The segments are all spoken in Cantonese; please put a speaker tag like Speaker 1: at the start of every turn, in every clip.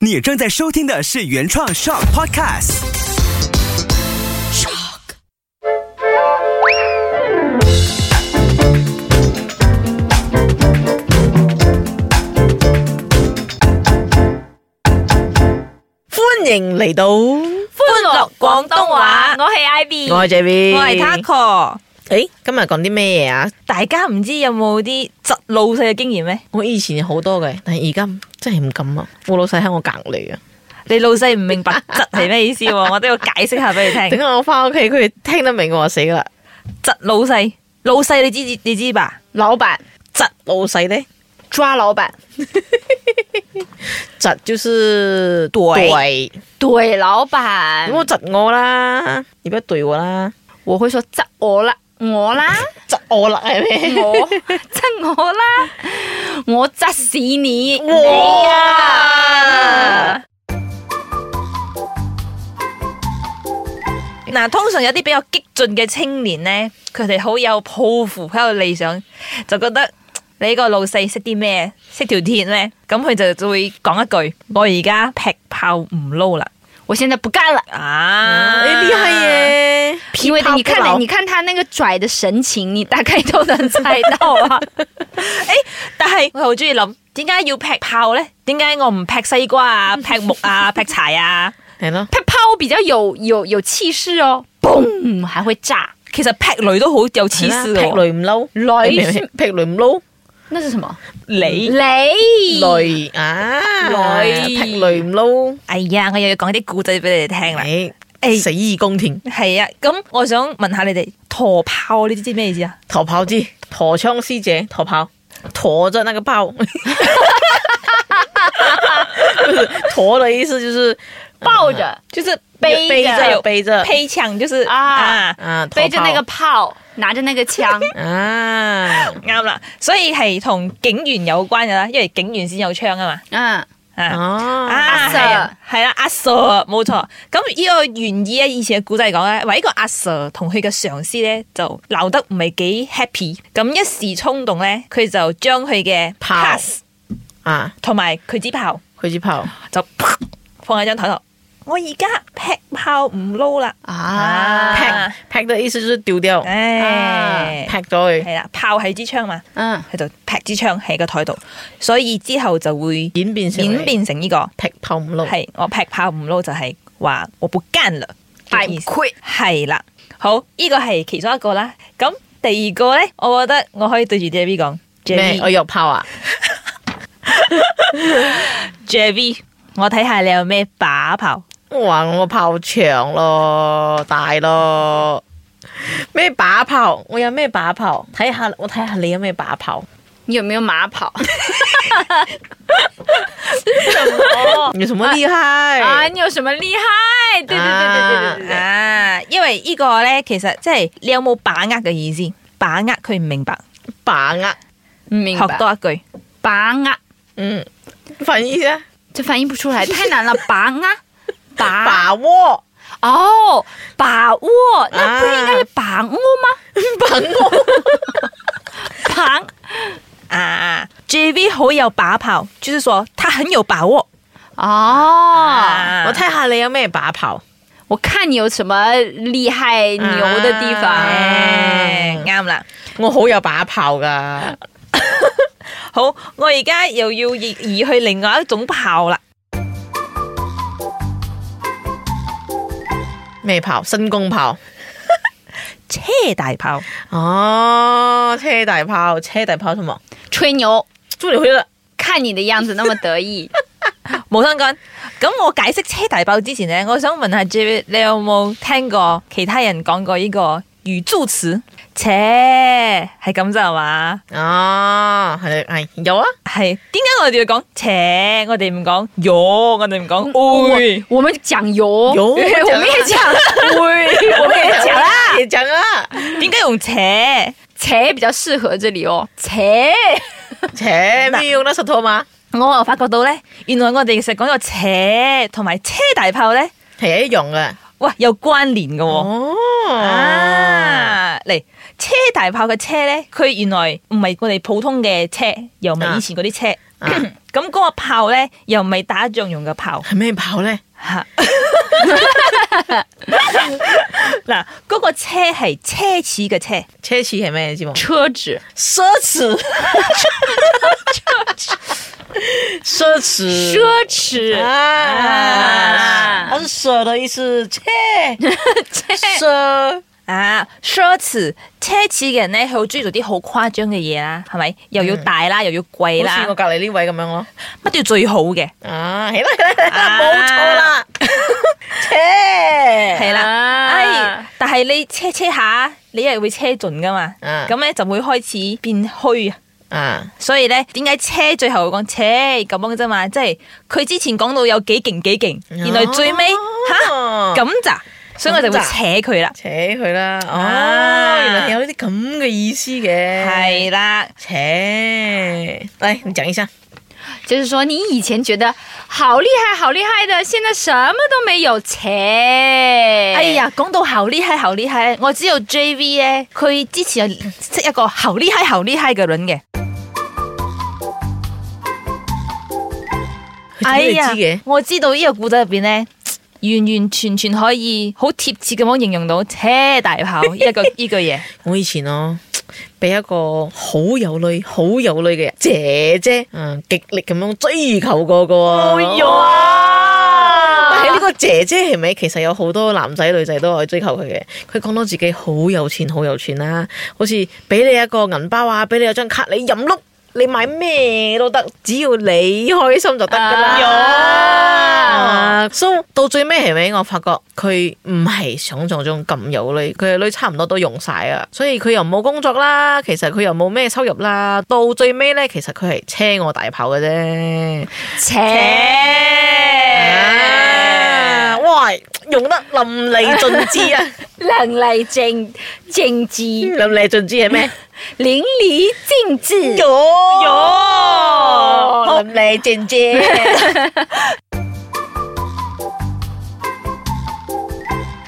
Speaker 1: 你正在收听的是原创 Shock Podcast。
Speaker 2: 欢迎嚟到，我
Speaker 3: 欢乐廣東話，我係 Ivy，
Speaker 2: 系 J B，
Speaker 3: 我係 Taco。
Speaker 2: 诶，今日講啲咩嘢啊？
Speaker 3: 大家唔知有冇啲窒老細嘅經驗咩？
Speaker 2: 我以前好多嘅，但係而家真係唔敢啊！我老細喺我隔離啊，
Speaker 3: 你老細唔明白窒係咩意思 喎？我都要解釋下俾你
Speaker 2: 等
Speaker 3: 聽。
Speaker 2: 我翻屋企，佢聽得明我就死啦。
Speaker 3: 窒老細，老細你知你知吧？
Speaker 4: 老板
Speaker 2: 窒老細咧，
Speaker 4: 抓老板，
Speaker 2: 窒就是
Speaker 3: 怼
Speaker 2: 怼，
Speaker 4: 怼老板
Speaker 2: 咁，我窒我啦，你不要怼我啦，
Speaker 4: 我會說窒我啦，我啦，
Speaker 2: 窒我啦係咩？
Speaker 4: 我窒我啦，我窒死你！
Speaker 2: 哇！
Speaker 3: 嗱，通常有啲比較激進嘅青年咧，佢哋好有抱負，好有理想，就覺得你個老細識啲咩，識條鐵咩，咁佢就就會講一句：我而家劈炮唔撈啦。
Speaker 4: 我現在不幹了，
Speaker 3: 啊，
Speaker 2: 你厲害！耶！
Speaker 4: 因為
Speaker 2: 劈炮
Speaker 4: 你
Speaker 2: 不
Speaker 4: 看
Speaker 2: 老
Speaker 4: 你看他那個拽的神情，你大概都能猜到 啊。
Speaker 3: 但係我好中意諗，點解要劈炮咧？點解我唔劈西瓜 啊、劈木啊、劈柴啊？
Speaker 2: 係咯，
Speaker 4: 他拋比較有有有氣勢哦，嘣，還會炸，
Speaker 3: 其實劈雷都好有
Speaker 2: 係
Speaker 3: 黐
Speaker 2: 啦
Speaker 3: 絲
Speaker 2: 劈
Speaker 3: 嘅
Speaker 2: 雷唔嬲，
Speaker 4: 雷
Speaker 2: 你明唔明劈雷唔撈。
Speaker 4: 那是什麼？
Speaker 3: 喎，你
Speaker 4: 雷
Speaker 2: 雷啊，
Speaker 3: 雷
Speaker 2: 劈雷唔撈，
Speaker 3: 哎呀，我又要講啲故仔俾你哋聽啦。
Speaker 2: 你
Speaker 3: 哎
Speaker 2: 死意公田，
Speaker 3: 係啊，咁我想問下你哋，陀炮你知唔知咩意思啊？
Speaker 2: 陀炮之陀槍師姐，陀炮陀着那個炮， 陀的意思就是
Speaker 4: 抱着
Speaker 3: 就是
Speaker 4: 背
Speaker 2: 背
Speaker 4: 着
Speaker 2: 着背着
Speaker 3: 配槍，就是
Speaker 4: 啊
Speaker 3: 啊，
Speaker 2: 啊，
Speaker 4: 背着那
Speaker 2: 陀
Speaker 4: 個炮，拿着那個槍。
Speaker 2: 炮啊，
Speaker 3: 啱啦，所以係同警員有關噶啦，因為警員先有槍啊嘛。
Speaker 4: 嗯，
Speaker 3: 啊
Speaker 2: 哦，
Speaker 3: 啊，
Speaker 4: 阿
Speaker 3: 系
Speaker 4: Sir
Speaker 3: 啊，係啦，阿 Sir 冇錯。咁呢個原意咧，以前嘅古仔講咧，話呢個阿 Sir 同佢嘅上司咧就鬧得唔係幾 happy，咁一時衝動咧，佢就將佢嘅
Speaker 2: 炮
Speaker 3: pass
Speaker 2: 啊，
Speaker 3: 同埋佢支炮
Speaker 2: 佢支炮
Speaker 3: 就放喺張台度。我而家劈炮唔撈啦，
Speaker 4: 啊，
Speaker 3: 啊
Speaker 2: 劈劈的意思就是丟掉，劈
Speaker 3: 唉，
Speaker 2: 咗佢，
Speaker 3: 係啦，炮係支槍嘛，
Speaker 4: 嗯，
Speaker 3: 佢就劈支槍喺個台度，所以之後就會
Speaker 2: 演變成
Speaker 3: 演變成呢個
Speaker 2: 劈炮唔撈，
Speaker 3: 係我劈炮唔撈就係話我不幹啦嘅
Speaker 4: I'm
Speaker 3: 意思。
Speaker 4: quit。
Speaker 3: 係啦，好，呢個係其中一個啦。咁第二個咧，我覺得我可以對住 JB 講
Speaker 2: 咩？我
Speaker 3: ，JB
Speaker 2: 又炮啊，
Speaker 3: JB，我睇下你有咩把炮。
Speaker 2: 哇！我個炮長咯，大咯，咩把炮？我有咩把炮？睇下我睇下你有咩把炮？
Speaker 4: 你有没有马跑
Speaker 2: 有什麼厲害？
Speaker 4: 啊？你有什么厉害？对对对对对对对对，
Speaker 3: 啊，因為呢個咧，其實即係你有冇把握嘅意思？把握佢唔明白，
Speaker 2: 把握，
Speaker 4: 明
Speaker 3: 學
Speaker 4: 白。
Speaker 3: 多一句。
Speaker 4: 拔啊，
Speaker 2: 嗯，翻譯一下，
Speaker 4: 这翻译不出来，太难了。拔啊，拔
Speaker 2: 把握，
Speaker 4: 哦，把握，那不应该是把握吗？
Speaker 2: 把握，
Speaker 4: 把
Speaker 3: 啊，JB 好有把炮，就是說他很有把握。啊
Speaker 4: 哦，
Speaker 2: 我睇下你有咩把炮？
Speaker 4: 我看你有什么厉害牛的地
Speaker 2: 啊
Speaker 4: 方。
Speaker 3: 誒嗯啱啦。
Speaker 2: 我好有把炮噶，
Speaker 3: 好，我而家又要移移去另外一種炮啦。
Speaker 2: 咩炮？新公炮。
Speaker 3: 車大炮，
Speaker 2: 哦，車大炮，車大炮什麼？
Speaker 4: 吹牛，
Speaker 2: 祝你回啦，
Speaker 4: 看你的样子那么得意，
Speaker 3: 冇相干。咁我解釋車大炮之前呢，我想問下 J，你有冇聽過其他人講過呢個語助詞？車係咁啫係嘛？
Speaker 2: 哦，係係有啊，
Speaker 3: 係點解我哋要講車？我哋唔講喲，我哋唔講喂，
Speaker 4: 我们讲油，
Speaker 2: 有
Speaker 4: 我们
Speaker 2: 我讲了
Speaker 4: 也讲
Speaker 3: 喂，我哋
Speaker 2: 有
Speaker 3: 講啦。
Speaker 2: 啊，也講啊。
Speaker 3: 點解用車？
Speaker 4: 切比较适合这里哦，切。
Speaker 2: 切，咩用得實套嘛？
Speaker 3: 我又發覺到咧，原來我哋成日講個車同埋車大炮咧，
Speaker 2: 係一樣嘅。
Speaker 3: 哇有關聯嘅喎。
Speaker 2: 哦，
Speaker 3: 啊，嚟車大炮嘅車咧，佢原來唔係我哋普通嘅車，又唔係以前嗰啲車，
Speaker 2: 啊
Speaker 3: 咁嗰個炮咧又唔係打仗用 嘅炮，
Speaker 2: 係咩炮咧？
Speaker 3: 嚇 嗱嗰個車係奢侈嘅車，
Speaker 2: 奢侈係咩？你知冇？
Speaker 4: 車子
Speaker 2: 奢侈，奢侈，
Speaker 4: 奢侈
Speaker 2: 啊，
Speaker 4: 啊
Speaker 2: 它是舍的意思， 切，奢
Speaker 3: 啊奢侈奢侈嘅人咧，佢好中意做啲好誇張嘅嘢啦，係咪？又要大啦，又要貴
Speaker 2: 嗯好似我
Speaker 3: 啦，
Speaker 2: 隔離呢位咁樣咯。
Speaker 3: 乜都要最好嘅，
Speaker 2: 啊，起啦起啦起啦，冇錯啦，切，
Speaker 3: 係啦。
Speaker 4: 啦
Speaker 2: 啊
Speaker 3: 哎，但係你車車下，你又會車盡噶嘛？
Speaker 2: 嗯
Speaker 3: 咁咧、就會開始變虛啊。
Speaker 2: 啊，
Speaker 3: 所以咧，點解車最後會講車咁樣啫嘛？即係佢之前講到有幾勁幾勁，原來最尾吓
Speaker 2: 哦
Speaker 3: 咁咋，所以我就會扯佢啦。
Speaker 2: 扯佢啦，哦，
Speaker 3: 啊
Speaker 2: 原來有呢啲咁嘅意思嘅，
Speaker 3: 係啦，
Speaker 2: 扯，嚟，你講一下，
Speaker 4: 就是說你以前覺得好厲害、好厲害的，現在什麼都沒有，切！哎
Speaker 3: 哎，呀，講到後呢係後呢係，我知道 J V 咧，佢之前有識一個後呢係後呢係嘅人嘅，
Speaker 2: 佢點解你知嘅？
Speaker 3: 哎我知道呢個故仔入邊咧。完完全全可以好貼切咁樣形容到車大 炮呢一個呢句嘢，
Speaker 2: 我以前咯，俾一個好有女、好有女嘅姐姐，嗯，極力咁樣追求過噶。但係呢個姐姐係咪？其實有好多男仔女仔都可以追求佢嘅。佢講到自己好有錢，好有錢啦，好似俾你一個銀包啊，俾你有張卡，你任碌，你買咩都得，只要你開心就得㗎
Speaker 4: 哎
Speaker 2: 啦。啊，so 到最尾係咪？我發覺佢唔係想象中咁有女，佢嘅女差唔多都用晒啊，所以佢又冇工作啦，其實佢又冇咩收入啦，到最尾咧，其實佢係車我大炮嘅啫。
Speaker 4: 切！
Speaker 2: 啊，哇，用得淋漓盡致 啊！
Speaker 4: 淋漓盡盡致，
Speaker 2: 淋漓盡致係咩？
Speaker 4: 淋漓盡致。
Speaker 2: 有
Speaker 3: 哦
Speaker 2: 有淋漓盡致。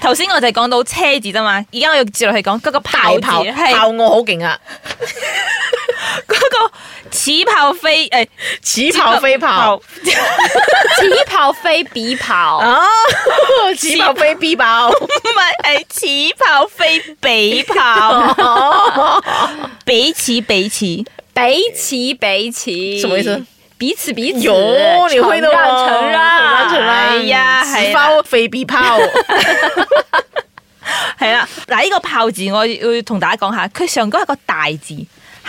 Speaker 3: 頭先我就係講到車字啫嘛，而家我要接落去講嗰個
Speaker 2: 大
Speaker 3: 炮字，啊
Speaker 2: 炮
Speaker 3: 係
Speaker 2: 炮我好勁 啊！
Speaker 3: 嗰個此炮非誒，
Speaker 2: 此炮非 炮
Speaker 4: 此炮非彼炮，
Speaker 2: 啊！此炮非彼 炮。
Speaker 3: 唔係係此炮 非彼炮，
Speaker 2: 哦
Speaker 3: 彼此彼此。
Speaker 4: 彼此彼此。
Speaker 2: 什麼意思？
Speaker 4: 彼此彼此。
Speaker 2: 有，你會的
Speaker 4: 承
Speaker 2: 哦
Speaker 4: 讓承
Speaker 2: 承讓承
Speaker 4: 讓。
Speaker 2: 讓
Speaker 3: 哎呀
Speaker 2: 此
Speaker 3: 係啦
Speaker 2: 炮非彼炮，
Speaker 3: 係啦，嗱呢個炮字我要同大家講下，佢上高係一個大字，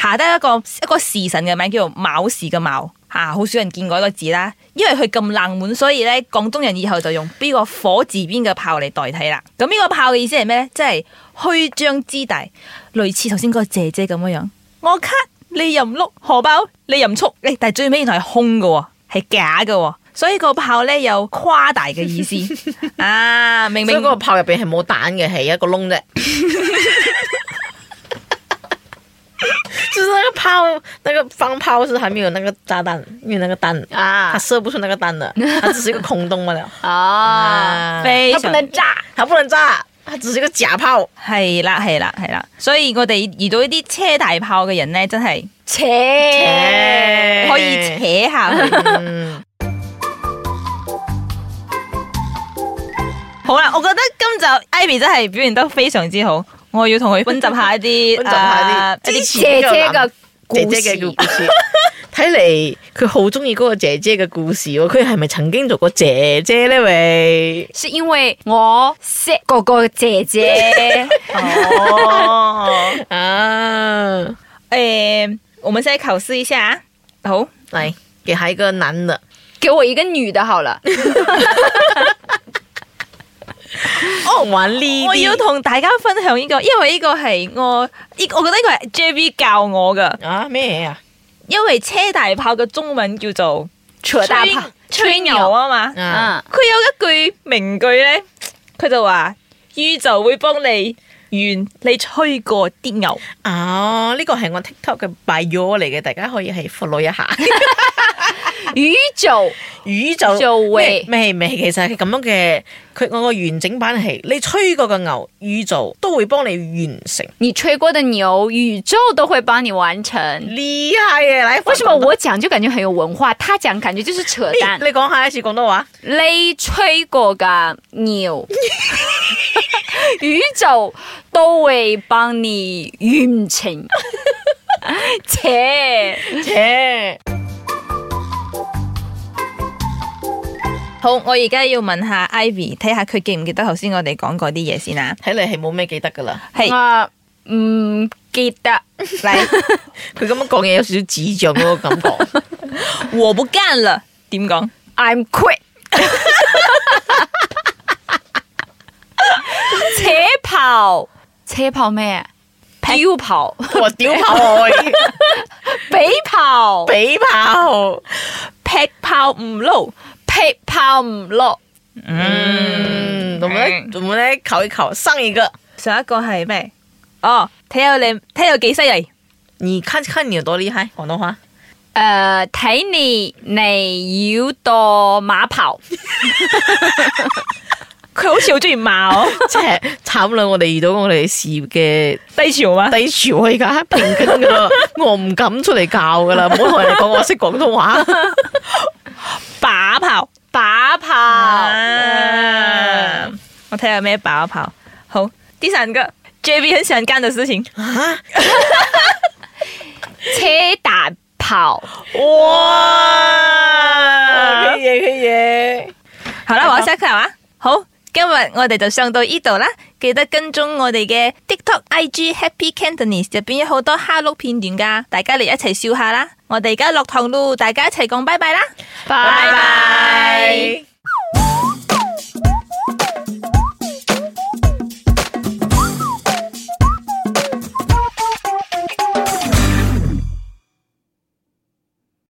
Speaker 3: 下低一個一個時辰嘅名叫做卯時嘅卯，吓、好少人見過呢個字啦。因為佢咁冷門，所以咧廣東人以後就用呢個火字邊嘅炮嚟代替啦。咁呢個炮嘅意思係咩咧？即係虛張之大，類似頭先嗰個姐姐咁樣樣。我卡你又唔碌荷包，你又唔速，誒，但係最尾原來係空嘅喎，係假嘅喎。所以個炮咧有誇大嘅意 思啊！明
Speaker 2: 所以
Speaker 3: 明
Speaker 2: 嗰個炮入邊係冇蛋嘅，係一個窿啫。 就是那個炮，那個放炮是還沒有那個炸彈，因為那個彈
Speaker 4: 啊
Speaker 2: 它射不出那個 彈的，它只是一個空洞罷了。
Speaker 4: 啊，
Speaker 3: 非
Speaker 2: 它
Speaker 3: 常
Speaker 2: 不能炸，它不能炸，它只是一個假炮。
Speaker 3: 係啦，係啦，係啦，所以我哋遇到一啲車大炮嘅人咧，真係
Speaker 4: 切！
Speaker 2: 哎
Speaker 3: 可以扯下 佢。
Speaker 2: 嗯，
Speaker 3: 好啦，我覺得今集 Ivy 真係表現得非常之好，我要同佢温習下一啲，
Speaker 2: 溫習下
Speaker 3: 啊
Speaker 2: 啲
Speaker 3: 一
Speaker 2: 之前
Speaker 4: 姐姐嘅故
Speaker 2: 姐
Speaker 4: 事。
Speaker 2: 姐嘅故事。 睇嚟佢好中意嗰個姐姐嘅故事喎，佢係咪曾經做過姐姐呢？喂，
Speaker 4: 是因為我識嗰個 姐姐，
Speaker 3: 哦，
Speaker 2: 啊，
Speaker 3: 誒，我們再考試一下啊，好，
Speaker 2: 嚟給下一個男的，
Speaker 4: 給我一個女的好了。
Speaker 2: 哦，玩呢啲
Speaker 3: 我要同大家分享呢個，因為呢個係我，呢我覺得呢個係 JV 教我噶，
Speaker 2: 啊咩啊？
Speaker 3: 因為車大炮嘅中文叫做
Speaker 4: 扯大炮，
Speaker 3: 吹牛啊嘛。
Speaker 2: 啊，
Speaker 4: 嗯，
Speaker 3: 佢有一句名句咧，佢就話宇宙會幫你願你吹過啲牛。
Speaker 2: 啊，呢個係我 TikTok 嘅 bio 嚟嘅，大家可以係 follow 一 下。
Speaker 4: 宇宙
Speaker 2: 宇宙
Speaker 4: 做
Speaker 2: 咩
Speaker 4: 喂
Speaker 2: 咩咩，其實係咁樣嘅。佢我個完整版係你吹過嘅牛，宇宙都會幫你完成。
Speaker 4: 你吹过的牛，宇宙都会帮你完成。
Speaker 2: 厲害嘅，嚟
Speaker 4: 为什么我讲就感觉很有文化，他讲感觉就是扯 淡
Speaker 2: 你？你講下一次廣東話，
Speaker 4: 你吹过嘅 牛，宇宙都会帮你完成。切，
Speaker 2: 切
Speaker 3: 好，我而家要問下 Ivy，睇下佢記唔記得頭先我哋講過啲嘢先啊。
Speaker 2: 睇嚟係冇咩記得噶啦。
Speaker 3: 係
Speaker 4: 我唔啊嗯记得。
Speaker 3: 嚟，
Speaker 2: 佢咁樣講嘢有少少智障嗰個感覺。
Speaker 3: 我不幹了，點講？
Speaker 4: I'm quit 扯跑，扯跑咩？丟跑，
Speaker 2: 我屌炮，
Speaker 4: 比 跑，
Speaker 2: 俾炮，
Speaker 3: 劈炮唔撈，
Speaker 4: 劈炮唔落。
Speaker 2: 嗯，我們來我們來考一考上一個，
Speaker 3: 上一個係咩？哦，睇下你睇下幾犀利。
Speaker 2: 你看看你有多厲害，廣東話。
Speaker 4: 誒、呃睇你你要多馬跑，
Speaker 3: 佢好似好中意哦罵我
Speaker 2: 即係慘啦！我哋遇到我哋事業嘅
Speaker 3: 低潮嘛。
Speaker 2: 低潮，我而家平均噶啦， 我唔敢出嚟教噶啦，唔好同人哋講我識廣東 話。
Speaker 3: 把炮，把炮
Speaker 2: 啊
Speaker 3: 我睇下有咩把炮。好，第三个 JB 很喜欢干的事情，
Speaker 2: 啊！
Speaker 4: 車大炮，
Speaker 2: 哇！可以可以。
Speaker 3: 好啦，我识佢嘛？好，今日我哋就上到呢度啦，記得跟蹤我哋嘅 TikTok、IG Happy Cantonese 入邊有好多蝦碌片段噶，大家嚟一齊笑下啦！我哋而家落堂咯，大家一齊講拜拜啦！
Speaker 4: 拜拜。